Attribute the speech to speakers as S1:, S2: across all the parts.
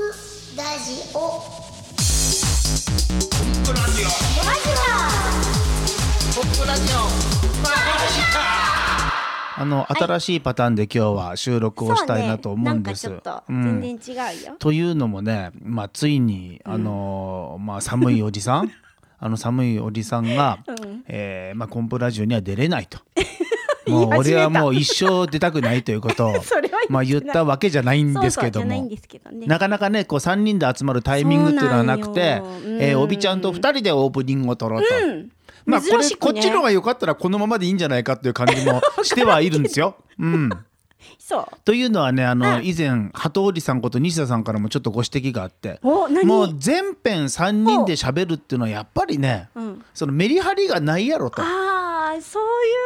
S1: ラジオ
S2: ポップラジオポップラジオ
S3: あの新しいパターンで今日は収録をしたいなと思うんです。
S4: そうね、なんかち
S3: う
S4: ょっと
S3: ん
S4: 全然違うよ、
S3: というのもね、まあ、ついに、あのまあ、寒いおじ さんあの寒いおじさんが、えーまあ、コンプラジオには出れないと。 もう俺はもう一生出たくないということを
S4: それは言ってない
S3: まあ、言ったわけじゃないんですけど
S4: そうそうじゃないん
S3: も
S4: ですけどね
S3: なかなかねこう3人で集まるタイミングっていうのはなくて
S4: そうなんよ
S3: えー
S4: うん
S3: おびちゃんと2人でオープニングを撮ろうと。まあこ
S4: 珍
S3: れ
S4: し
S3: こ
S4: く
S3: っ
S4: ね
S3: ちの方が良かったらこのままでいいんじゃないかっていう感じ もしてはいるんですよ。うん、
S4: そう
S3: というのはねあの以前鳩織さんこと西田さんからもちょっとご指摘があって
S4: お何
S3: もう全編3人で喋るっていうのはやっぱりね、
S4: ん
S3: そのメリハリがないやろと。
S4: ああそうい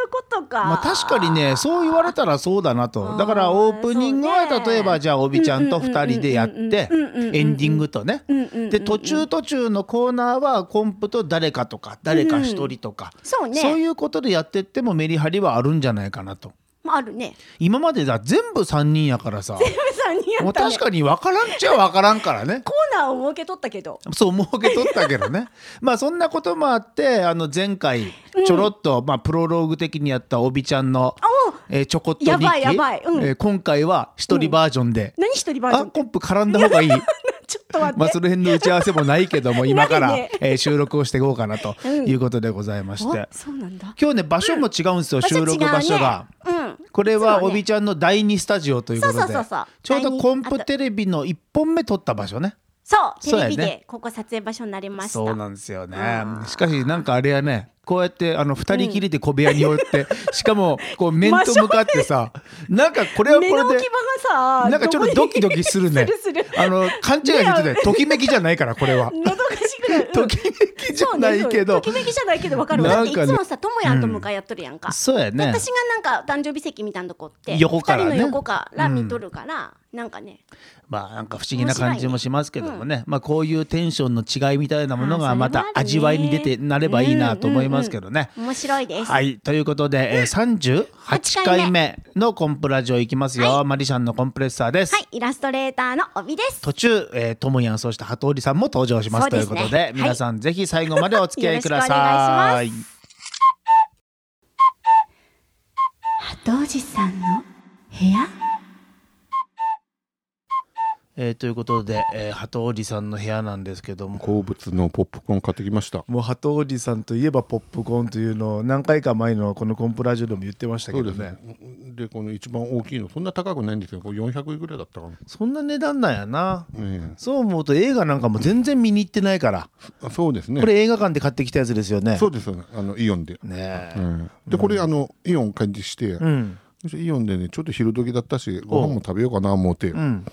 S4: うことか
S3: まあ確かにねそう言われたらそうだなとだからオープニングは
S4: そうね
S3: 例えばじゃあおびちゃんと2人でやって
S4: うんうんうんうんうんうんうんうん
S3: エンディングとね
S4: うんうんうんうん
S3: で途中途中のコーナーはコンプと誰かとか誰か1人とか
S4: そうね
S3: そういうことでやってってもメリハリはあるんじゃないかなと
S4: まああるね
S3: 今までだ全部3人やからさ
S4: ペペさんにや
S3: もう
S4: った、ね、
S3: 確かに分からんっちゃ分からんからね
S4: コーナーを設けとったけど
S3: そう儲け取ったけど ねまあそんなこともあってあの前回ちょろっと、まあ、プロローグ的にやったおびちゃんの
S4: おう
S3: 「えーちょこっと日記」
S4: やばいやばいうん
S3: えー今回は一人バージョンで、
S4: 何一人バージョ
S3: あ
S4: ン
S3: コンプ絡んだ方がいい。
S4: ちょっと待って、
S3: まあ、その辺の打ち合わせもないけど も今から、
S4: ないね
S3: えー収録をしていこうかなと
S4: ん
S3: いうことでございまして、
S4: おそうなんだ
S3: 今日ね場所も違うんですよ、収録場所が。
S4: 場所違うねうん
S3: これは
S4: そう
S3: お
S4: ね
S3: びちゃんの第2スタジオということで
S4: そうそうそうそう
S3: ちょうどコン
S4: 第
S3: プ
S4: 二
S3: テレビの1本目撮った場所ね。
S4: そう
S3: そう
S4: テ
S3: や
S4: レ
S3: ね
S4: ビでここ撮影場所になりました
S3: そうなんですよね。しかしなんかあれはね、こうやってあの二人きりで小部屋に寄って、しかもこう面と向かって さ、なんかこれはこ
S4: 目の
S3: れ
S4: 置
S3: で
S4: き。場がさ。
S3: なんかちょっとドキドキするね
S4: するする
S3: あの勘違いできてない
S4: ね
S3: ときめきじゃないからこれ は。
S4: のどかしくなる、うん
S3: ときめきじゃないけ
S4: そうねそうね
S3: ど
S4: と。きめきじゃないけどわかるわ
S3: な
S4: だ
S3: んか
S4: って
S3: ね
S4: いつもさともやんと向かいやっとるやんか、
S3: そうやね。
S4: 私がなんか誕生日席みたいなとこって
S3: 横からね
S4: 二人の横から見とるから、なんかね
S3: まあなんか不思議な感じもしますけどもね、まあこういうテンションの違いみたいなもの
S4: あーそれ
S3: が
S4: はあるね
S3: また味わいに出てなればいいなと思いますけどね。
S4: 面白いです、
S3: はいということで、えー、38回目のコンプラジオいきますよ、マリシャンのコンプレッサーです、
S4: はいイラストレーターの帯です
S3: 途中、えー、ともやんそして鳩織さんも登場します
S4: そう
S3: とい
S4: で
S3: う
S4: す
S3: こ
S4: ね
S3: とで、
S4: はい
S3: 皆さんぜひ最後までお付き合いください
S4: 当時さんの部屋
S3: えーということで、えー、鳩織さんの部屋なんですけども
S5: 好物のポップコーン買ってきました
S3: もう鳩織さんといえばポップコーンというのを何回か前のこのコンプラジオでも言ってました
S5: そうですねでこの一番大きいのそんな高くないんですよこれ400円ぐらいだったかな、
S3: そんな値段なんやな
S5: ええ
S3: そう思うと映画なんかも全然見に行ってないから、
S5: あそうですね
S3: これ映画館で買ってきたやつですよね
S5: そうですよねあのイオンで、
S3: ねえ、
S5: ええでこれ、あのイオン感じして、
S3: ん
S5: そしてイオンでねちょっと昼時だったしご飯も食べようかな思って、
S3: うん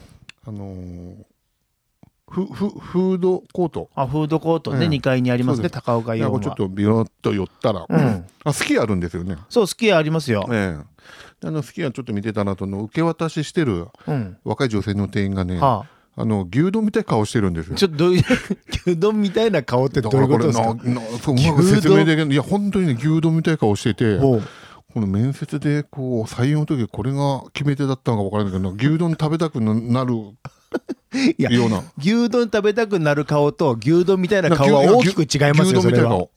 S5: あのーフフフードコート
S3: あフードコートね、
S5: うん
S3: 2階にあります
S5: そう
S3: ね
S5: です
S3: 高岡イオン
S5: な
S3: は
S5: んかちょっとビヨッと寄ったら、
S3: ん
S5: あスキーあるんですよね
S3: そうスキーありますよ、
S5: ええであのスキーはちょっと見てたなとの受け渡ししてる
S3: うん
S5: 若い女性の店員がね、
S3: は
S5: あの牛丼みたいな顔してるんですよ
S3: ちょっとどういう 牛丼みたいな顔ってどういうことですか
S5: だからこれななそううまく説明できないいや本当にね牛丼みたいな顔してて
S3: ほう
S5: この面接でこう採用の時これが決め手だったのか分からないけど牛丼食べたくなる
S3: いや
S5: ような
S3: 牛丼食べたくなる顔と牛丼みたいな顔は
S5: なんか
S3: 大
S5: 牛
S3: きく違いますよ
S5: 牛丼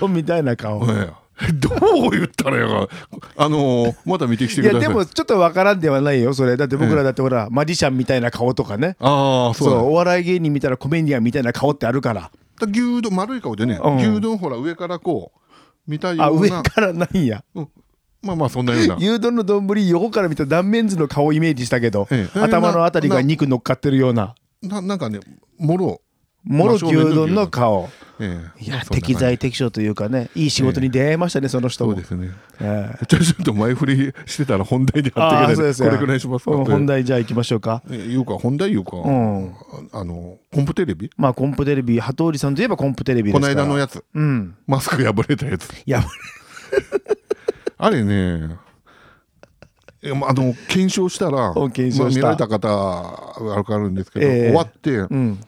S3: そ
S5: みた
S3: れ
S5: いな
S3: は
S5: 顔
S3: 牛丼み たいな顔
S5: ええどう言ったらいいのかあのーまた見てきて
S3: い
S5: く
S3: や
S5: ださ
S3: で
S5: い
S3: もちょっとわからんではないよそれだって僕らだってほら、マジシャンみたいな顔とかね
S5: ああ
S3: そう
S5: そう
S3: お笑い芸人みたいなコメディアンみたいな顔ってあるから
S5: だ牛丼丸い顔でね、
S3: うん
S5: 牛丼ほら上からこう見たい
S3: あ
S5: よう
S3: 上
S5: な
S3: からないや
S5: うんまあまあそんなような
S3: 牛丼の丼横から見た断面図の顔をイメージしたけど、
S5: ええ
S3: 頭のあたりが肉乗っかってるような
S5: ななんかねもろ、
S3: もろ牛丼の顔
S5: ええ
S3: いや
S5: まあそんな感じ
S3: 適材適所というかねいい仕事に出会いましたね、その人
S5: そ
S3: も
S5: うですね
S3: ええ
S5: じゃあちょっと前振りしてたら本題に
S3: あ
S5: 入って
S3: ー
S5: く
S3: そうです
S5: れるこれぐらいしますか
S3: う
S5: と
S3: ん
S5: いう
S3: 本題じゃあ行きましょうか
S5: えいうか本題いうか、
S3: ん
S5: ああのコンプテレビ
S3: まあコンプテレビ鳩織さんといえばコンプテレビで
S5: こ
S3: す
S5: の
S3: から
S5: 間のやつ
S3: うん
S5: マスク破れ たやつ
S3: いや
S5: あれねいやまああの検証したら
S3: お検証した
S5: まあ、見られた方はわかるんですけど、
S3: ええ
S5: 終わって、
S3: うん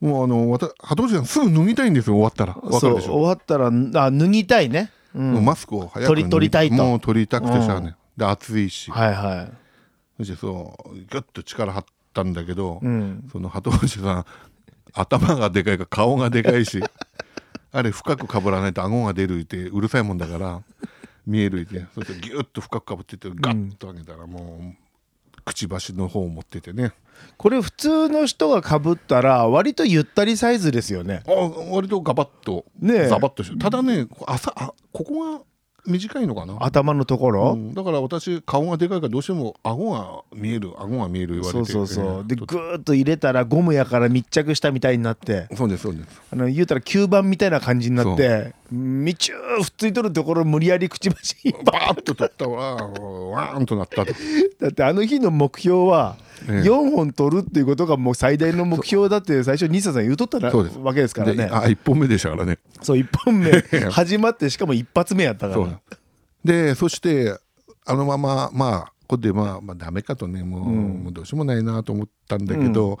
S5: もうあのわた鳩内さんすぐ脱ぎたいんですよ終わったら わか
S3: そ
S5: る
S3: う
S5: でし
S3: 終
S5: ょ、
S3: わったらあ脱ぎたいねうん
S5: もうマスクを早く脱
S3: 取り取りたいと
S5: もう取りたくてしゃあね、で暑いし、
S3: はいはい
S5: そしてそうギュッと力張っったんだけど、
S3: うん
S5: その鳩星さん頭がでかいか顔がでかいし あれ深くかぶらないと顎が出るいてうるさいもんだから見えるいてそしてギュッと深くかぶっててガッと上げたらもうくちばしの方を持っててね
S3: これ普通の人がかぶったら割とゆったりサイズですよね
S5: あ割とガバッと
S3: ねえ
S5: ザバッとしてただね朝あここが短いのかな
S3: 頭のとこ
S5: う
S3: ろ、
S5: んだから私顔がでかいからどうしても顎が見える顎が見える言われて
S3: そうそうそうで
S5: ちょっ
S3: グーッと入れたらゴムやから密着したみたいになって
S5: とそうですそうです
S3: あの言うたら吸盤みたいな感じになってみちゅーふっついとるところ無理やりくちばしに
S5: バーッと取ったわワーンとなったと
S3: だってあの日の目標は
S5: ええ
S3: 4本取るっていうことがもう最大の目標だって最初西田さん言うとったら
S5: そうです
S3: わけですからね
S5: あ一本目でしたからね
S3: そう1本目始まってしかも一発目やったか
S5: そ
S3: ら
S5: うでそしてあのまままあここでまあまあダメかとねもう,、もうどうしようもないなと思ったんだけど、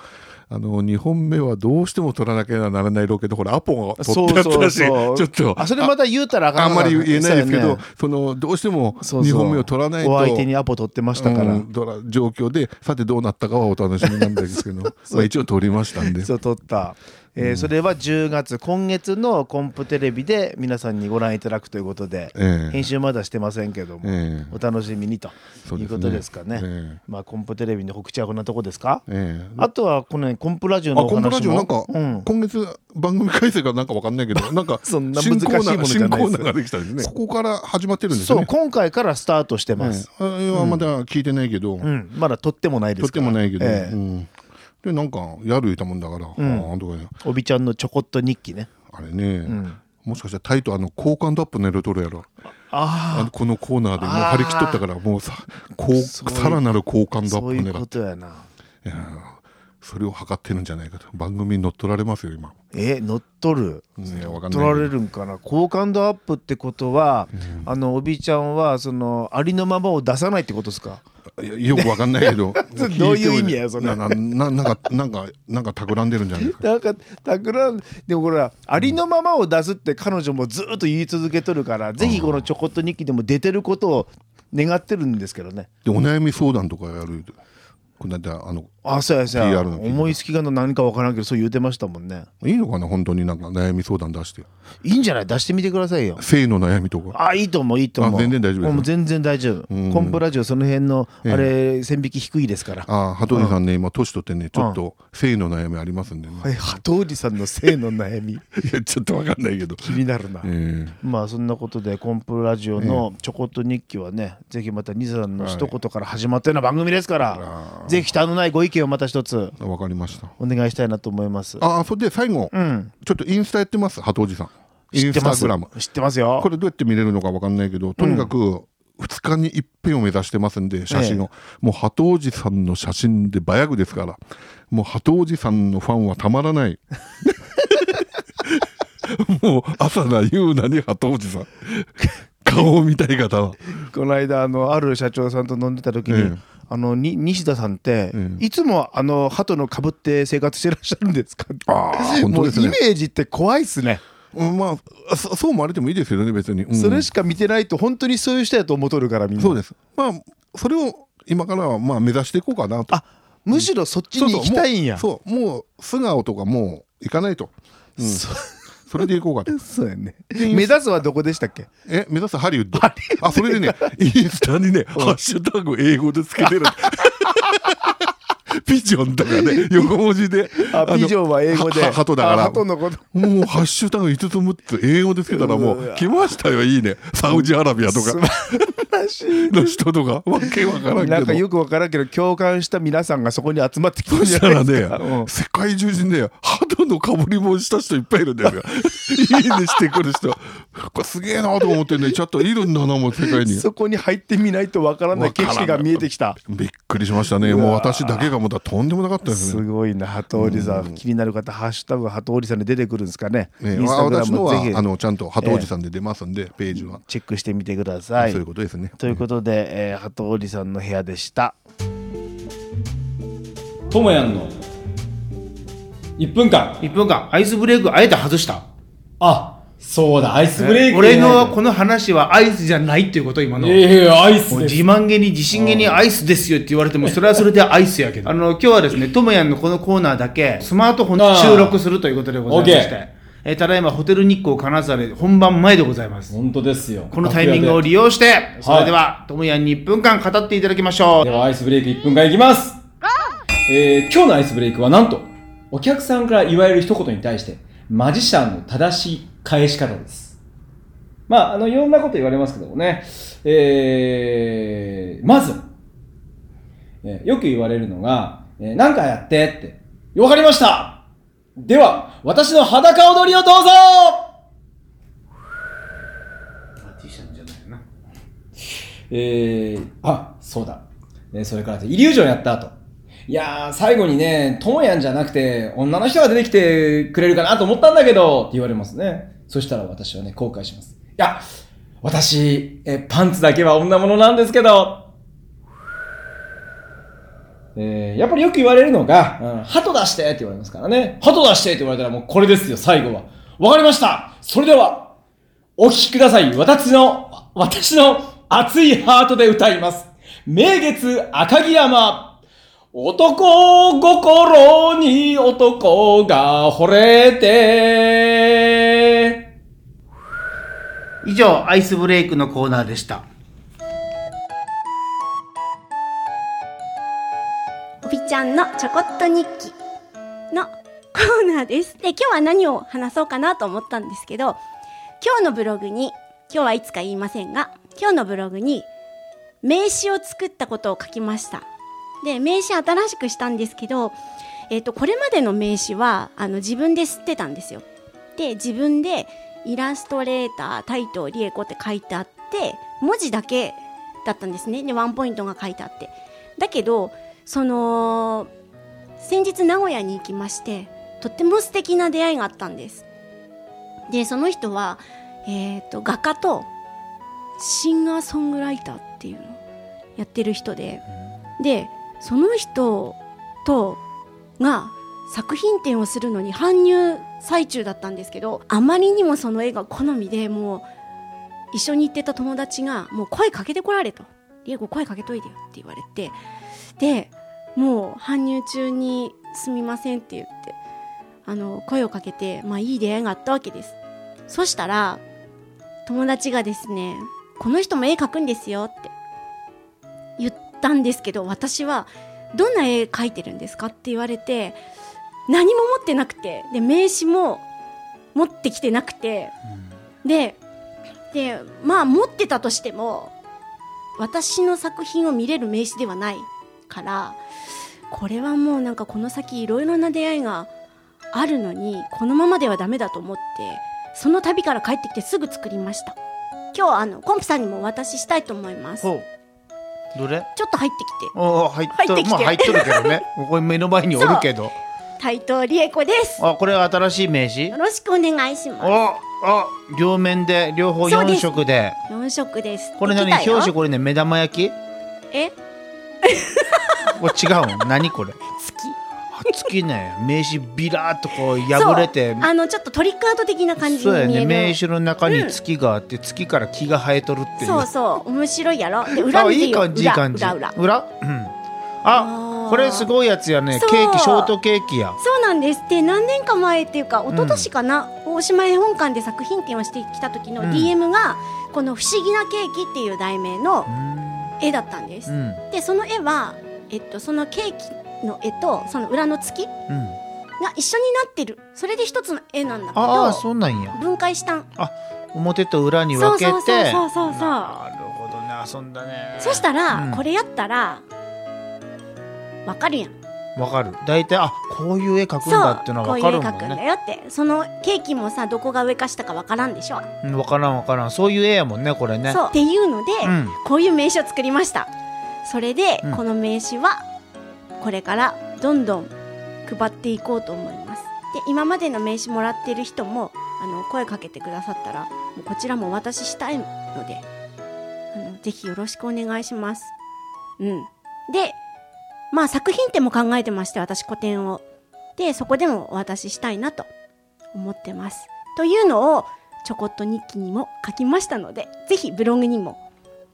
S5: あの2本目はどうしても取らなきゃならないロケでほらアポが取ってあったらしいちょっと
S3: あそれまた言うたらあか
S5: あ
S3: ん
S5: んまり言えないです
S3: そう
S5: けど、
S3: やね
S5: そのどうしても
S3: そうそう
S5: 2本目を取らないと
S3: お相手にアポ取ってましたから、
S5: うんドラ状況でさてどうなったかはお楽しみなんですけ どまあ、一応取りましたんで
S3: そう撮った、えーそれは10月今月のコンプテレビで皆さんにご覧いただくということで、
S5: ええ
S3: 編集まだしてませんけども、
S5: ええ
S3: お楽しみにと
S5: そう
S3: い
S5: で
S3: う
S5: すね
S3: ことですかね
S5: ええ
S3: まあコンプテレビの告知はこんなとこですか、
S5: ええ
S3: あとはこの、ね、コンプラジオ
S5: あ
S3: のお話
S5: コ
S3: も
S5: ンプラジオなんか、
S3: うん
S5: 今月番組改正かなんかわかんないけ どなんか
S3: そんな
S5: 新コーナ
S3: 難しいものじ
S5: ー
S3: ゃ
S5: 新コ
S3: ないです
S5: ーナーができたんですねここから始まってるんです
S3: そう
S5: ね
S3: 今回からスタートして
S5: ええ
S3: ます、
S5: あれはまだ聞いてないけど、
S3: うん、まだ撮ってもないで
S5: とっ
S3: す
S5: て
S3: から
S5: もないけど、
S3: ええ
S5: うんでなんかやるいたもんだから、あーとかね
S3: おびちゃんのちょこっと日記ね
S5: あれね、もしかしたらタイとあの好感度アップ狙うとるやろ
S3: あ
S5: あのこのコーナーでもう張り切っとったからもうさこう
S3: そういう
S5: さらなる好感
S3: あ
S5: 度
S3: そ
S5: アップ
S3: う
S5: 狙
S3: い
S5: っ
S3: う
S5: て
S3: ことやない
S5: やーそれを測ってるんじゃないかと番組に乗っ取られますよ今
S3: え乗っ取る
S5: ねわかんない
S3: 取
S5: けど
S3: られるんかな好感度アップってことは、あのおびちゃんはそのありのままを出さないってことですか
S5: いやよくわかんないけど
S3: それどういう意味やそれ
S5: ななななんかなんかなんか企んでるんじゃないですか
S3: なんかたくらんでもこれはありのままを出すって彼女もずっと言い続けとるから、ぜひこの「ちょこっと日記」でも出てることを願ってるんですけどね
S5: でお悩み相談とかやるこの間あの
S3: あそうやそうや
S5: PR の記事
S3: 思いつきが何かわからんけどそう言うてましたもんね
S5: いいのかな本当になんか悩み相談出して
S3: いいんじゃない出してみてくださいよ
S5: 性の悩みとか
S3: あいいと思ういいと思う
S5: あ全然大丈夫です
S3: もう全然大丈夫コンプラジオその辺のあれ線引き低いですから
S5: ああ羽鳥さんね今年取ってねちょっと性の悩みありますんでね、
S3: はい、鳩織さんの性の悩 み
S5: いやちょっとわかんない けど
S3: 気になるな、
S5: え
S3: まあそんなことでコンプラジオのちょこっと日記はね、ぜひまた西さんの一言から始まったような番組ですから、ぜひ他のないご意見をまた一つ
S5: えわかりました
S3: お願いしたいなと思います
S5: ああそれで最後、ちょっとインスタやってます鳩おじさんイ
S3: 知っ
S5: ン
S3: て
S5: ス
S3: ま
S5: タ
S3: す
S5: グラム
S3: 知ってますよ
S5: これどうやって見れるのかわかんないけどとにかく2日に一遍を目指してますんで写真を、もう鳩おじさんの写真でバヤグですからもう鳩おじさんのファンはたまら ないもう朝な夕なに鳩おじさん顔を見たい方は
S3: この間あのある社長さんと飲んでた時に、
S5: ええ
S3: あのに西田さんって、いつもあの鳩のかぶって生活してらっしゃるんですか
S5: あー本当ですね
S3: もうイメージって怖いっすね、
S5: うんまあそそう思われてもいいですよね別に、うん
S3: それしか見てないと本当にそういう人やと思っとるからみんな
S5: そうですまあそれを今からはまあ目指していこうかなと
S3: あむしろそっちに行きたいんや
S5: そうそうもうそうもう素顔とかもう行かないと、うん、 それでいこうかと
S3: そうやね。目指すはどこでしたっけ？
S5: え目指すハリウッドあ それでねインスタにねハッシュタグ英語でつけてる ピジョンとかね横文字で
S3: あ、
S5: の
S3: ピジョンは英語で。
S5: はは鳩だから
S3: あ鳩のこと。
S5: もうハッシュタグ5つ6つ英語でつけたらもう来ましたよいいねサウジアラビアとかの人とかわけわからんけど
S3: なんかよくわからんけど共感した皆さんがそこに集まってきたん
S5: そ
S3: じ
S5: し
S3: ゃ
S5: た
S3: ない
S5: ら
S3: ですか。
S5: ね、世界中にね、鳩のかぶり物した人いっぱいいるんだ よ。いいねしてくる人。これすげえなと思ってね、ちょっといるんだな、もう世界
S3: うん
S5: に。
S3: そこに入ってみないとわからない景色が見えてきた。
S5: びっくりしましたね。もう私だけがまだとんでもなかったです
S3: す
S5: ね。
S3: ごいな、鳩織さん。気になる方、ハッシュタグ鳩織さんで出てくるんですかね。
S5: ね
S3: インスタグラ
S5: 私の
S3: ム
S5: は
S3: ぜひ
S5: あのちゃんと鳩おじさんで出ますんで、ページは、
S3: チェックしてみてください
S5: そうい。うことですね。
S3: ということで、えー鳩織さんの部屋でした。
S6: ともやんの1分間
S7: 1分間アイスブレイクあえて外した
S6: あそうだ、アイスブレイク。
S7: 俺のこの話はアイスじゃないっていうこと今の、
S6: ええアイス
S7: もう
S6: で
S7: 自
S6: す。
S7: 慢げに自信げにアイスですよって言われてもそれはそれでアイスやけどあの今日はですねともやんのこのコーナーだけスマートフォン
S6: あ
S7: で
S6: ー
S7: 収録するということでございまし
S6: オッ
S7: て、えーただいまホテル日光金沢で本番前でございます
S6: 本当ですよ。
S7: このタイミングを利用して
S6: い
S7: それではともやんに1分間語っていただきましょう
S6: ではアイスブレイク1分間いきますえー今日のアイスブレイクはなんとお客さんから言われる一言に対してマジシャンの正しい返し方ですまああのいろんなこと言われますけどもねえーまず、えーよく言われるのが「えーなんかやって」って「わかりました!」では私の裸踊りをどうぞえー、あ、そうだ。ね、それから、イリュージョンやった後。いやー、最後にね、ともやんじゃなくて、女の人が出てきてくれるかなと思ったんだけど、って言われますね。そしたら私はね、後悔します。いや、私、えパンツだけは女物なんですけど、えー、やっぱりよく言われるのが、うん、鳩出してって言われますからね。鳩出してって言われたらもうこれですよ、最後は。わかりましたそれでは、お聴きください。私の、わ私の熱いハートで歌います。名月赤城山。男心に男が惚れて。
S7: 以上アイスブレイクのコーナーでした
S4: おびちゃんのちょこっと日記のコーナーです。で、今日は何を話そうかなと思ったんですけど、今日のブログに、今日はいつか言いませんが、今日のブログに名刺を作ったことを書きました。で、名刺新しくしたんですけど、えっ、と、これまでの名刺は、あの、自分で吸ってたんですよ。で、自分でイラストレーター、タイトー、リエコって書いてあって、文字だけだったんですね。で、ワンポイントが書いてあって。だけど、その先日名古屋に行きましてとっても素敵な出会いがあったんですでその人は、えー、と画家とシンガーソングライターっていうのやってる人ででその人とが作品展をするのに搬入最中だったんですけどあまりにもその絵が好みでもう一緒に行ってた友達が「もう声かけてこられ」と「リエゴ声かけといてよ」って言われてでもう搬入中に「すみません」って言ってあの声をかけて、まあ、いい出会いがあったわけですそしたら友達がですね「この人も絵描くんですよ」って言ったんですけど私は「どんな絵描いてるんですか?」って言われて何も持ってなくてで名刺も持ってきてなくて、ででまあ持ってたとしても私の作品を見れる名刺ではないからこれはもうなんかこの先いろいろな出会いがあるのにこのままではダメだと思ってその旅から帰ってきてすぐ作りました今日あのコンプさんにもお渡ししたいと思いますちょ
S7: ほうどれ
S4: っと入ってきて
S7: おお入っ
S4: 入ってきて
S7: まあ入っとるけど ねここに目の前におるけど
S4: 斉藤理恵子です
S7: あこれは新しい名刺
S4: よろしくお願いし
S7: お
S4: ま
S7: あ両面で両方
S4: そうで
S7: 4
S4: す
S7: 色で
S4: す4色です
S7: これ何
S4: でき
S7: 表
S4: たよ
S7: 紙これね目玉焼き
S4: え好
S7: これ違 うの何これ
S4: き
S7: あ月ね名刺ビラーっとこう破れて
S4: そうあのちょっとトリックアート的な感じ
S7: そうや
S4: に見え
S7: ね
S4: る
S7: 名刺の中に月があって、月から木が生えとるっていう
S4: そうそう面白いやろで裏
S7: あ
S4: 見て
S7: いい
S4: よ
S7: 感じいい
S4: 裏
S7: 感じ
S4: 裏裏
S7: 裏うんあ
S4: あー
S7: これすごいやつやね
S4: そう
S7: ケーキショートケーキや
S4: そうなんですで何年か前っていうか一昨年かな、大島絵本館で作品展をしてきた時の
S7: うん
S4: DM が、この「不思議なケーキ」っていう題名の絵だったんです、
S7: うん
S4: でその絵は、えっと、そのケーキの絵とその裏の月が
S7: うん
S4: 一緒になってるそれで一つの絵なんだけ
S7: ああ
S4: ど
S7: そうなんや
S4: 分解したん
S7: 表と裏に
S4: そ
S7: 分
S4: う
S7: けて
S4: そうそうそうそうそう
S7: なるほどね遊んだね
S4: そしたら、
S7: うん
S4: これやったらわかるやん
S7: わかる大体あこういう絵描くんだってのは
S4: こう
S7: わ
S4: いう
S7: か
S4: 絵
S7: るも
S4: 描くん
S7: ん
S4: だ
S7: ね
S4: よってそのケーキもさどこが上か下かわからんでしょ
S7: うんわからんわからんそういう絵やもんねこれね
S4: そうっていうので、
S7: うん
S4: こういう名刺を作りましたそれで、
S7: うん
S4: この名刺はこれからどんどん配っていこうと思いますで今までの名刺もらってる人もあの声かけてくださったらもうこちらもお渡ししたいのであのぜひよろしくお願いしますうんでまあ作品展も考えてまして私個展をでそこでもお渡ししたいなと思ってますというのをちょこっと日記にも書きましたのでぜひブログにも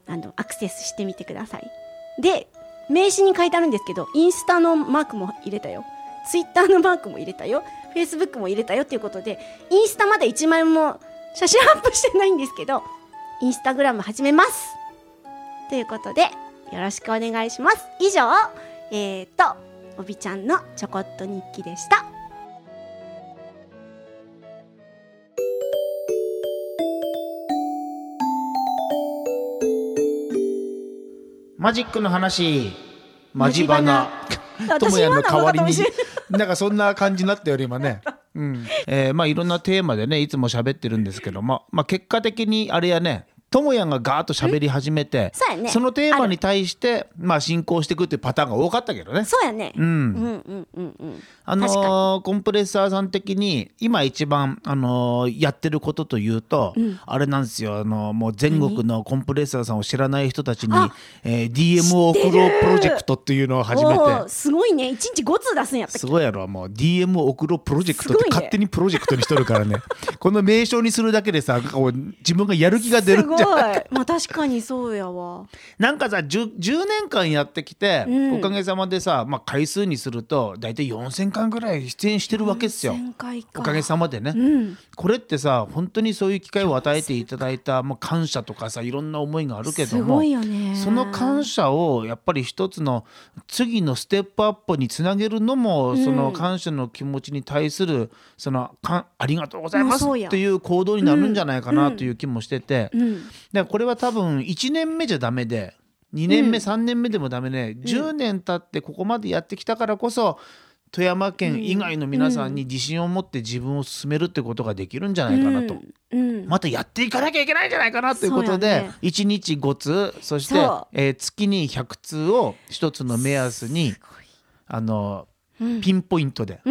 S4: あのアクセスしてみてくださいで名刺に書いてあるんですけどインスタのマークも入れたよツイッターのマークも入れたよフェイスブックも入れたよっていうことでインスタまだ1枚も写真アップしてないんですけどインスタグラム始めますということでよろしくお願いします以上えー、とおびちゃんのちょこっと日記でした
S7: マジックの話マジバナ
S4: 私今のことかもしれない
S7: なんかそんな感じになったより 今ね。うんえーまあいろんなテーマでねいつも喋ってるんですけども、まあ、結果的にあれやねともやんがガーッと喋り始めて
S4: そうやね
S7: のテーマに対してまあ進行していくっていうパターンが多かったけどね。
S4: そうやね、うんうんうんうんうん
S7: あのー
S4: 確か
S7: コンプレッサーさん的に今一番、あのーやってることというと、あれなんですよ、あのーもう全国のコンプレッサーさんを知らない人たちに
S4: あ、
S7: えー DM を送ろうプロジェクトっていうのを始め
S4: おー
S7: て
S4: すごいね一日5通出すんやったっ
S7: す
S4: け
S7: ごいやろもう DM を送ろうプロジェクトって
S4: すごいね
S7: 勝手にプロジェクトにしとる からねこの名称にするだけでさこう自分がやる気が出る
S4: す
S7: ん
S4: ごい
S7: じゃん
S4: まあ確かにそうやわ
S7: なんかさ 10, 10年間やってきて、
S4: ん
S7: おかげさまでさ、まあ、回数にすると大体4,000回ぐらい出演してるわけですよ。
S4: 前回か
S7: おかげさまでね、
S4: ん
S7: これってさ本当にそういう機会を与えていただいた、まあ、感謝とかさいろんな思いがあるけど
S4: す
S7: も
S4: ごいよね
S7: その感謝をやっぱり一つの次のステップアップにつなげるのも、その感謝の気持ちに対するそのかんありがとうございます
S4: もうそうや
S7: っていう行動になるんじゃないかなという気もしてて、
S4: うん
S7: だからこれは多分1年目じゃダメで2年目、3年目でもダメで、10年経ってここまでやってきたからこそ富山県以外の皆さんに自信を持って自分を進めるってことができるんじゃないかな
S4: う
S7: と。
S4: ん
S7: またやっていかなきゃいけないんじゃないかなということ
S4: そう
S7: で、
S4: やね
S7: 1日5通そして
S4: そう
S7: えー月に100通を一つの目安にあの、ピンポイントで、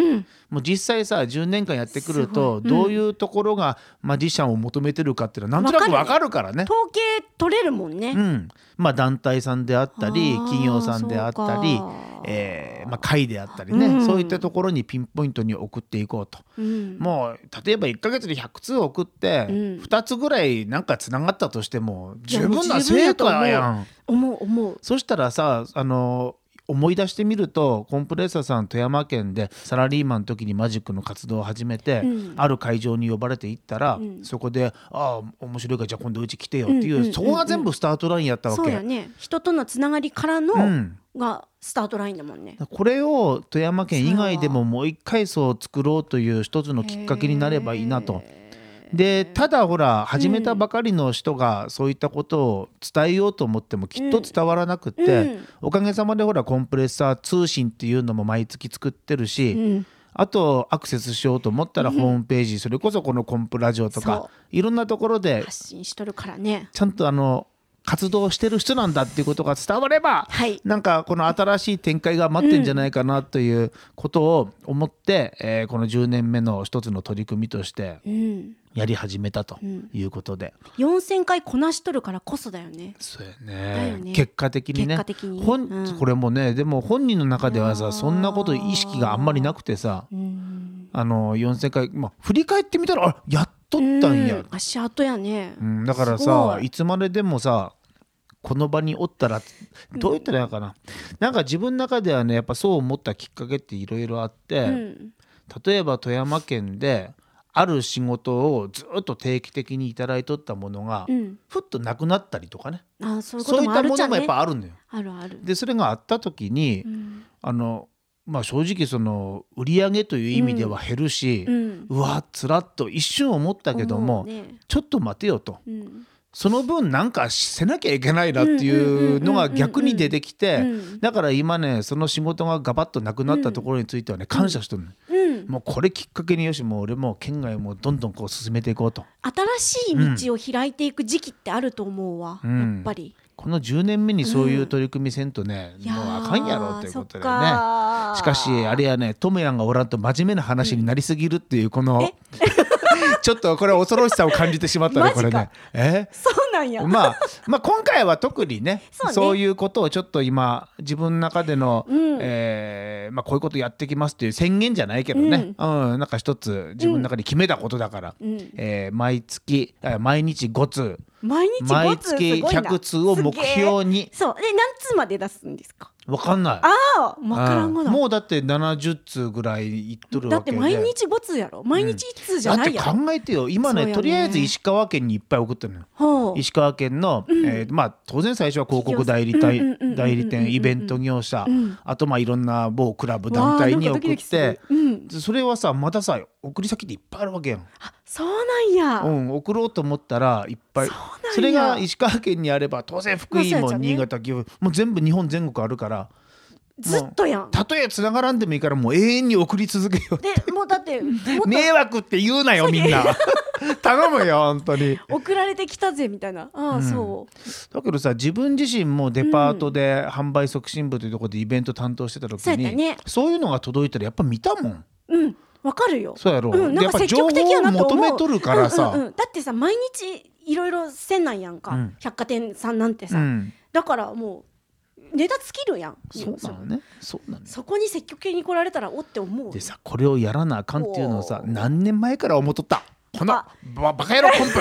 S7: もう実際さ10年間やってくると、どういうところがマジシャンを求めてるかっていうのはなんとなくわ
S4: わ
S7: か
S4: か
S7: るからね。
S4: 統計取れるもんね、
S7: うんまあ、団体さんであったり
S4: あー
S7: 企業さんであったり
S4: そうか、
S7: えーまあ、会であったりね、
S4: うん
S7: そういったところにピンポイントに送っていこうと、
S4: うん
S7: もう例えば1ヶ月で100通送って、
S4: うん
S7: 2つぐらいなんかつながったとしても
S4: いや
S7: 十分な成果やん。
S4: 思う思う
S7: そしたらさあの思い出してみるとコンプレッサーさん富山県でサラリーマンの時にマジックの活動を始めて、
S4: うん
S7: ある会場に呼ばれて行ったら、
S4: うん
S7: そこで「ああ面白いからじゃあ今度うち来てよ」ってい
S4: う
S7: う,、
S4: んうんうん
S7: そこが全部スタートラインやったわけ。
S4: そうやね人とのつながりからの、
S7: うん
S4: がスタートラインだもんね
S7: これを富山県以外でももう一回そう作ろうという一つのきっかけになればいいなと。でただほら始めたばかりの人がそういったことを伝えようと思ってもきっと伝わらなくって、
S4: うん
S7: おかげさまでほらコンプレッサー通信っていうのも毎月作ってるし、
S4: うん
S7: あとアクセスしようと思ったらホームページ、それこそこのコンプラジオとか
S4: そ
S7: いろんなところで
S4: 発信しとるからね
S7: ちゃんとあの活動してる人なんだっていうことが伝われば、
S4: はい
S7: なんかこの新しい展開が待ってんじゃないかなということを思って、えーこの10年目の一つの取り組みとして
S4: うん
S7: やり始めたということで、
S4: 4000回こなしとるからこそだよね
S7: そうや
S4: だ
S7: ね
S4: よね
S7: 結果的にね
S4: 結果的に
S7: 本
S4: うん
S7: これもねでも本人の中ではさそんなこと意識があんまりなくてさあの4000回、まあ、振り返ってみたらあやっとったんや、
S4: うん足跡やね、
S7: うん、だから
S4: すご
S7: さ
S4: い
S7: いつまででもさこの場におったらどう言ったらいいのかな、なんか自分の中ではねやっぱそう思ったきっかけっていろいろあって、
S4: うん
S7: 例えば富山県である仕事をずっと定期的にいただいとったものが、
S4: うん、
S7: ふっとなくなったりとかね
S4: あそういうこ
S7: そう
S4: と
S7: いっ
S4: も
S7: た
S4: ある
S7: も
S4: じゃ
S7: の
S4: ん
S7: もやっ
S4: ね
S7: ぱあるのよ。
S4: あるある
S7: でそれがあった時に、
S4: ん
S7: あのまあ、正直その売り上げという意味では減るし、う
S4: うん
S7: わつらっと一瞬思ったけども、
S4: 思うね
S7: ちょっと待てよと、
S4: うん
S7: その分なんかせなきゃいけないなっていうのが逆に出てきて
S4: うん
S7: だから今ねその仕事がガバッとなくなったところについてはね感謝してるの、
S4: うん、
S7: もうこれきっかけによしもう俺も県外もどんどんこう進めていこうと
S4: 新しい道を開いていく時期ってあると思うわ、
S7: うん
S4: やっぱり。
S7: この10年目にそういう取り組みせんとね、
S4: いやー
S7: もうあかんやろというこ
S4: そ
S7: とで
S4: っ
S7: ね。
S4: かー
S7: しかしあれやねトムヤンがおらんと真面目な話になりすぎるっていうこのちょっとこれは恐ろしさを感じてしまったね
S4: マジか
S7: これねえ
S4: そうなんや。
S7: まあ、まあ今回は特にね
S4: そうね
S7: いうことをちょっと今自分の中での、えーまあ、こういうことやってきますっていう宣言じゃないけどね、うんなんか一つ自分の中で決めたことだから、えー毎月あ毎日5通
S4: 毎日5通すごいな
S7: 毎月100通を目標に
S4: すげえそうで何通まで出すんですか
S7: わかんない。
S4: ああ分からん
S7: う
S4: ご
S7: ん
S4: だ
S7: もうだって70通ぐらいいっとる
S4: だ
S7: わ
S4: って
S7: けで
S4: 毎日5通やろ毎日1通じゃ
S7: だっ
S4: な
S7: て
S4: いやろ、
S7: 考えてよ今ね
S4: そうよね
S7: とりあえず石川県にいっぱい送ってるのよ
S4: ほう
S7: 石川県の、えーまあ、当然最初は広告代理
S4: 企業うんうんうんうんうんうん
S7: 店代理店イベント業者、
S4: ん
S7: あとまあいろんな某クラブ団体に
S4: わあなんかド
S7: 送
S4: キド
S7: っ
S4: キする
S7: て、
S4: うん
S7: それはさまたさ送り先でいっぱいあるわけやん、
S4: あそうなんや、
S7: うん、送ろうと思ったらいっぱい
S4: そうなんや
S7: それが石川県にあれば当然福井
S4: まあそう
S7: も
S4: やね
S7: 新潟岐阜もう全部日本全国あるから
S4: ずっとやん
S7: たとえ繋がらんでもいいからもう永遠に送り続けよう
S4: でもうだ ってもっと
S7: 迷惑って言うなよみんな 頼むよ本当に
S4: 送られてきたぜみたいなああ、そう
S7: だけどさ自分自身もデパートで販売促進部というところでイベント担当してた時
S4: そうやっ
S7: に
S4: たね
S7: そういうのが届いたらやっぱ見たもん
S4: うんわかるよ
S7: そうやろ
S4: ん、なんか
S7: でやっぱ
S4: 積極的やなと思う
S7: 情報を求めとるからさ
S4: うんうんうんだってさ毎日いろいろせんなんやんか、
S7: ん
S4: 百貨店さんなんてさ、
S7: うん
S4: だからもう値段尽きるやん
S7: そうなのねそうなのよ
S4: そこに積極的に来られたらおって思う
S7: でさこれをやらなあかんっていうのをさ
S4: おー
S7: 何年前から思っとったこの
S4: あ
S7: ババカ野郎コン プ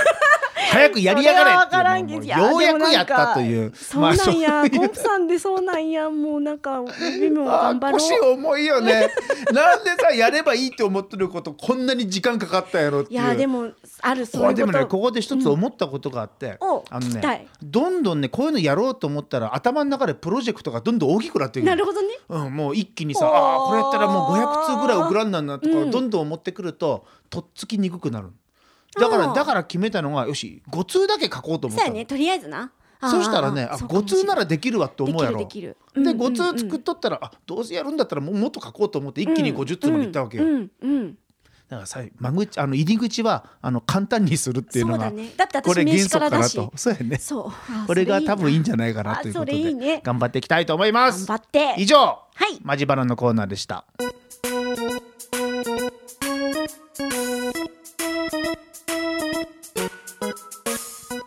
S7: 早くやりや
S4: それは
S7: が
S4: 分から
S7: れっ
S4: ん
S7: て
S4: け
S7: い
S4: どい
S7: うのをもうようやくやったとい
S4: な
S7: うん
S4: かそうなん
S7: まあ
S4: や、
S7: そういう
S4: コンプさんでそうなんやもうなんかビムも
S7: あ
S4: 頑張ろ
S7: 腰
S4: う
S7: 重いよ ねなんでさやればいいって思ってることこんなに時間かかったやろって
S4: い
S7: いう
S4: やでもあるそ
S7: こ
S4: うい
S7: れ
S4: う
S7: で
S4: こ
S7: も
S4: と
S7: ねここで一つ思ったことがあって、
S4: うんお
S7: あの
S4: 聞きたい
S7: ねどんどんねこういうのやろうと思ったら頭の中でプロジェクトがどんどん大きくなっていく
S4: なるほどね
S7: うん、もう一気にさ
S4: おー
S7: あーこれやったらもう500通ぐらい送らんなんなとか、
S4: うん
S7: どんどん持ってくるととっつきにくくなるだか
S4: あ
S7: ら
S4: ー
S7: だから決めたのがよし5通だけ書こうと思
S4: そう
S7: った
S4: や
S7: の
S4: ねとりあえずなあー
S7: そしたらねあ
S4: そうかも
S7: 5
S4: しれ
S7: 通ならできるわって思うやろ
S4: できるできる
S7: で
S4: うんうんうん
S7: 5通作っとったら、あどうせやるんだったらもうもっと書こうと思って一気に50通までいったわけよ、
S4: うんうんうん
S7: だからさ間口あの入り口はあの簡単にするっていうのが
S4: そうだねだって私
S7: これ
S4: 名
S7: 原
S4: 刺か
S7: 則
S4: ら
S7: か
S4: だ
S7: な
S4: し
S7: とそうやね
S4: そうあー
S7: これが
S4: そ
S7: 多分いいんじゃ
S4: ない
S7: ないかなということで
S4: あそれいいね
S7: 頑張っていきたいと思いま
S4: 頑
S7: す
S4: 張って
S7: 以上
S4: はい
S7: マジバラのコーナーでした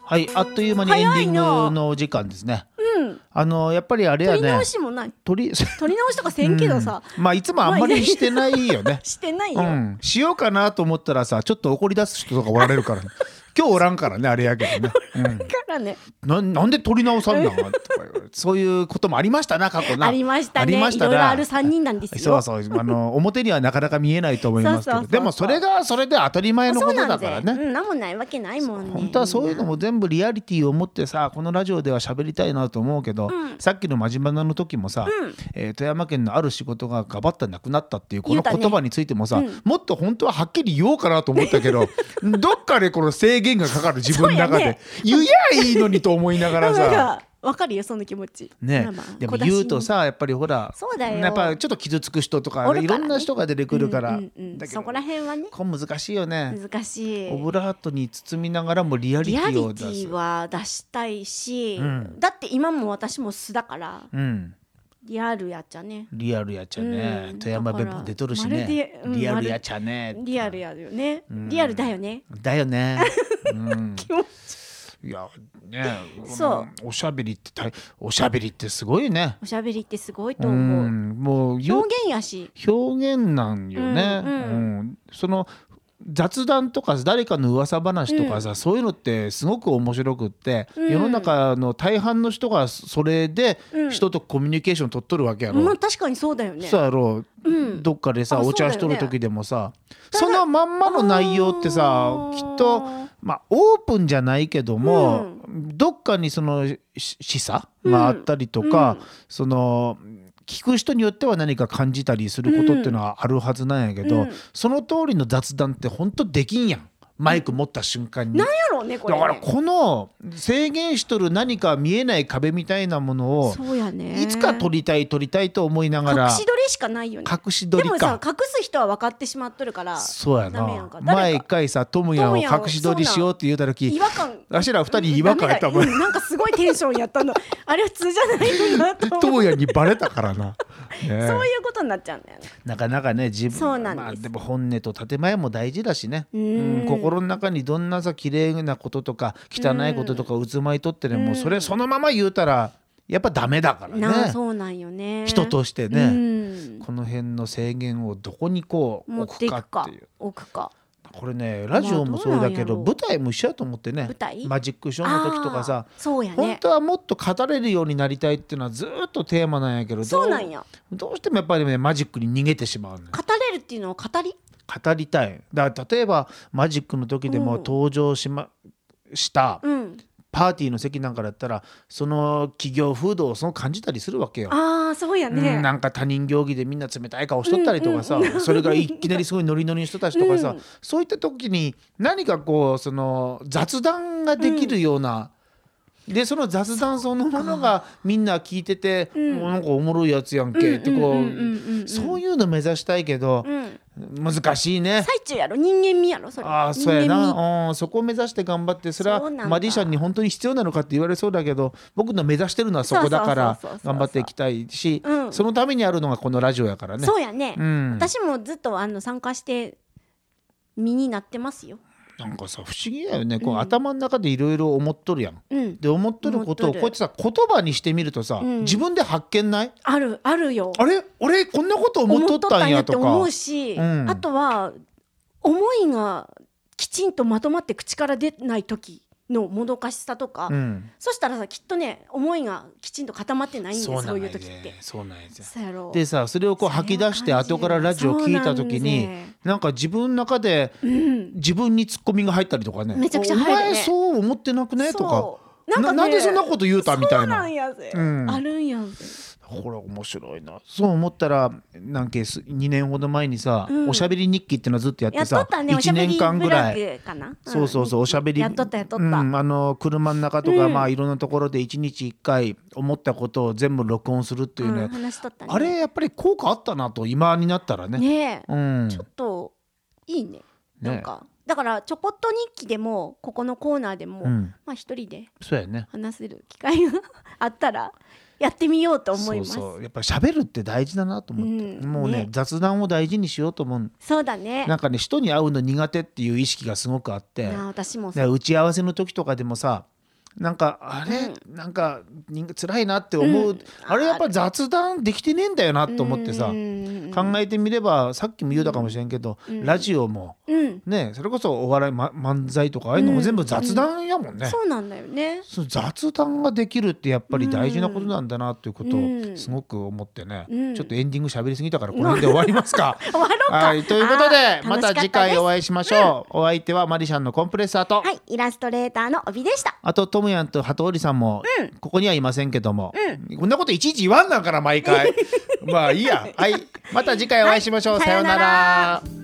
S7: はいあっという間にエンディン
S4: 早い
S7: グ
S4: な
S7: のお時間ですね
S4: うん
S7: あのやっぱりあれや
S4: 取り
S7: ね
S4: 直しもない
S7: 取り
S4: 取り直しとかせんけどさ、
S7: うんまあいつもあんまりしてないよね
S4: してないよ、
S7: うん、しようかなと思ったらさちょっと怒り出す人とかおられ るから、ね、今日おらんからねあれやけどね、
S4: だからね
S7: うん、ななんで撮り直さ んなとか言われてそういうこともありましたな過去な
S4: ありましたね
S7: ありました
S4: いろいろ
S7: な
S4: ある三人なんですよ
S7: そうそう あの表にはなかなか見えないと思いますけど
S4: そうそうそうそう
S7: でもそれがそれで当たり前のことだから
S4: そうなんぜ
S7: ね
S4: うん、なんもないわけないもんね
S7: 本当はそういうのも全部リアリティを持ってさこのラジオでは喋りたいなと思うけど、さっきの「まじまな」の時もさ、えー富山県のある仕事がガバッとなくなったっていうこ
S4: 言
S7: の
S4: うたね
S7: 言葉についてもさ、もっと本当ははっきり言おうかなと思った けどどっかでこの制限がかかる自分の中
S4: そう
S7: で、
S4: やね
S7: 言やいいのにと思いながら
S4: なん
S7: さ。
S4: かわかるよその気持ち
S7: ね
S4: まあまあ
S7: でも
S4: 小出しに
S7: 言うとさやっぱりほら
S4: そうだよ
S7: やっぱちょっと傷つく人とか
S4: おるからね
S7: いろんな人が出てくるから、
S4: うんうんうん
S7: だけど
S4: そこら辺はね
S7: これ難しいよね。
S4: 難しい
S7: オブラートに包みながらもリアリ
S4: リ
S7: テ
S4: アリテ
S7: ィを出す。
S4: ィは出したいし、
S7: ん
S4: だって今も私も素だから
S7: うん、
S4: リアルやっちゃね
S7: リアルやっちゃね、
S4: うん
S7: 富山弁も出とるし
S4: だからまる
S7: ね
S4: で、うん
S7: リアルやっちゃね
S4: リアルやるよね、リアルだよね
S7: だよね、うん、
S4: 気持ち
S7: いやね
S4: そう
S7: このおしゃべりって大おしゃべりってすごいね
S4: おしゃべりってすごいうと思う、
S7: んもう言う
S4: 表現やし
S7: 表現なんよね、
S4: うんうん
S7: その雑談とか誰かの噂話とかさ、そういうのってすごく面白くって、
S4: ん
S7: 世の中の大半の人がそれで人とコミュニケーション取っとるわけやろ、
S4: まあ確かにそうだよね
S7: そうやろう、
S4: うん
S7: どっかでさ
S4: あ
S7: お茶し
S4: そ
S7: と
S4: うだ
S7: る
S4: よね
S7: 時でもさ
S4: ただ
S7: そのまんまの内容ってさ
S4: あー
S7: きっとまあオープンじゃないけども、どっかにそのし示唆があったりとか、その聞く人によっては何か感じたりすることっていうのはあるはずなんやけど、その通りの雑談ってほんとできんやんマイク持った瞬間に。
S4: なんやろうねこれね
S7: だからこの制限しとる何か見えない壁みたいなものを
S4: そうやね
S7: いつか撮りたい撮りたいと思いながら
S4: 隠し撮りしかないよね
S7: 隠し撮り
S4: でもさ
S7: か
S4: 隠す人は分かってしまっとるから
S7: そうや
S4: ダメやん
S7: な
S4: か
S7: 前
S4: 誰
S7: 一
S4: か
S7: 回さトムヤを
S4: トムヤを
S7: 隠し撮りしようって言うた時
S4: 違和感
S7: あしら二人違和感やったもん
S4: ダメだうんなんかすごいテンションやったのあれ普通じゃないのなと思
S7: ト
S4: う
S7: ムヤにバレたからな
S5: ね
S4: そういうことになっちゃうんだよね。
S7: なかなかね自分
S4: そうなんです
S7: まあ、でも本音と建前も大事だしね、
S4: ん
S7: うん心の中にどんなさ綺麗なこととか汚いこととか渦巻いとってね、もうそれそのまま言うたらやっぱダメだから
S4: なあ
S7: ね
S4: そうなんよね。
S7: 人としてね、
S4: うん
S7: この辺の制限をどこにこう
S4: 持って
S7: 置
S4: いく
S7: くかっ
S4: か
S7: ていう
S4: 置くか。
S7: これねラジオもそうだけど
S4: まあどうなんやろう
S7: 舞台も一緒やと思ってね
S4: 舞台
S7: マジックショーの時とかさ
S4: あーそうや
S7: 本
S4: ね。
S7: 当はもっと語れるようになりたいっていうのはずーっとテーマなんやけどど
S4: そうなんや。
S7: どうしてもやっぱりねマジックに逃げてしまうのよ
S4: 語れるっていうのは語り。
S7: 語りたいだから例えばマジックの時でも
S4: うん
S7: 登場し,、ました
S4: うん。
S7: パーティーの席なんかだったらその企業風土をその感じたりするわけよ。
S4: ああそうやね。
S7: うんなんか他人行儀でみんな冷たい顔しとったりとかさ、
S4: うんうん
S7: それからいきなりすごいノリノリの人たちとかさ、
S4: うん
S7: そういった時に何かこうその雑談ができるような、でその雑談そのものがみんな聞いてて、
S4: ん
S7: おなんかおもろいやつやんけって
S4: う
S7: こ
S4: んうんうんうんうん
S7: うそういうの目指したいけど
S4: う、ん。
S7: 難しいね。
S4: 最中やろ人間味やろそれ。
S7: あ あそうや
S4: 人間味。
S7: な、うん、そこを目指して頑張ってそれは
S4: そうなんだ
S7: マディシャンに本当に必要なのかって言われそうだけど僕の目指してるのはそこだから
S4: そうそうそうそうそう
S7: 頑張っていきたいし、
S4: うん
S7: そのためにあるのがこのラジオやからね。
S4: そうやね。
S7: うん、
S4: 私もずっとあの参加して身になってますよ。
S7: なんかさ不思議だよねこう、頭の中でいろいろ思っとるやん。
S4: うん。
S7: で思っとること
S4: 思
S7: を
S4: っとる
S7: こうやってさ言葉にしてみるとさ、
S4: ん
S7: 自分で発見ない
S4: あるあるよ。
S7: あれ俺こんなこと思っとった
S4: 思っとった
S7: んやと
S4: んやって
S7: か
S4: 思うし、
S7: うん
S4: あとは思いがきちんとまとまって口から出ない時のもどかしさとか、
S7: うん、
S4: そしたらさきっとね思いがきちんと固まってないんですそう
S7: なん
S4: いう
S7: や
S4: 時って
S7: ね。そうなんやね
S4: そうやろう
S7: でさそれをこう
S4: それを
S7: 吐き出して
S4: 感じる
S7: 後からラジオ聞いた時に
S4: そうなんです
S7: なんか自分の中で自分にツッコミが入ったりとかね
S4: めちゃくちゃ入るね
S7: お前そう思ってなくねとか
S4: そうなんかね
S7: ななんでそんなこと言うたみたいな
S4: そうなんやぜ、
S7: うん
S4: あるんやぜ
S7: これ面白いなそう思ったらなんけす2年ほど前にさ、
S4: ん
S7: おしゃべり日記っていうのずっとやっ
S4: や
S7: て
S4: っと
S7: さ
S4: ったねおし
S7: 1
S4: ゃべ
S7: 年
S4: り
S7: 間
S4: ブ
S7: ぐ
S4: ロ
S7: らい
S4: グかな、ん
S7: そうそうそうおしゃべり
S4: やっとったやっとった、
S7: うん、あの車の中とか、
S4: うん
S7: まあいろんなところで1日1回思ったことを全部録音するっていうね、
S4: うん話しとったね
S7: あれやっぱり効果あったなと今になったらね
S4: ねえ
S7: うん
S4: ちょっといいね。
S7: ね
S4: なんかだからちょこっと日記でもここのコーナーでも、
S7: うん
S4: まあ一人で
S7: そうやね
S4: 話せる機会があったらやってみようと思います。そ
S7: そううそうやっぱり喋るって大事だなと思って、
S4: うん
S7: もうね
S4: ね
S7: 雑談を大事にしようと思う
S4: だね。
S7: なんかね人に会うの苦手っていう意識がすごくあって
S4: なあ私も
S7: ね
S4: そう
S7: 打ち合わせの時とかでもさなんかあれ、なんか人間辛いなって思う、
S4: うん
S7: あれやっぱり雑談できてねえんだよなと思ってさ
S4: うん
S7: 考えてみればさっきも言うたかもしれんけど、ラジオも
S4: うん、
S7: ねそれこそお笑い、ま、漫才とかああいうのも全部雑談やもんね。
S4: そうなんだよね。
S7: その雑談ができるってやっぱり大事なことなんだなということ
S4: う
S7: を
S4: ん
S7: すごく思ってね、
S4: うん
S7: ちょっとエンディング喋りすぎたからこの辺で終わります か。
S4: 終わろうか。
S7: はい、ということ
S4: あ
S7: で
S4: ー
S7: また次回
S4: 楽しか
S7: お
S4: った
S7: 会いしましょう。お相手はマリシャンのコンプレッサーと、
S4: ですはい、イラストレーターの帯でした。
S7: あとトムヤンと鳩織さんもここにはいませんけども、こんなこといちいち 言わんなんから毎回まあいいやはいまた次回お会いしましょう、
S4: はい
S7: さような
S4: さような
S7: ら
S4: ら